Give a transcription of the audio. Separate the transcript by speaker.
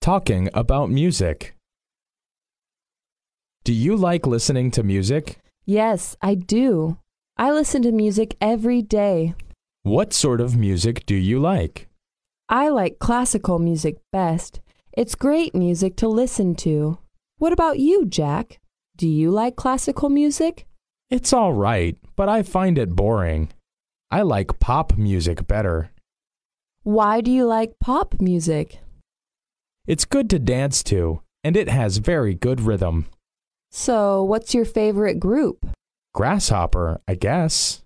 Speaker 1: Talking about music. Do you like listening to music?
Speaker 2: Yes, I do. I listen to music every day.
Speaker 1: What sort of music do you like?
Speaker 2: I like classical music best. It's great music to listen to. What about you, Jack? Do you like classical music?
Speaker 1: It's all right, but I find it boring. I like pop music better.
Speaker 2: Why do you like pop music?
Speaker 1: It's good to dance to, and it has very good rhythm.
Speaker 2: So, what's your favorite group?
Speaker 1: Grasshopper, I guess.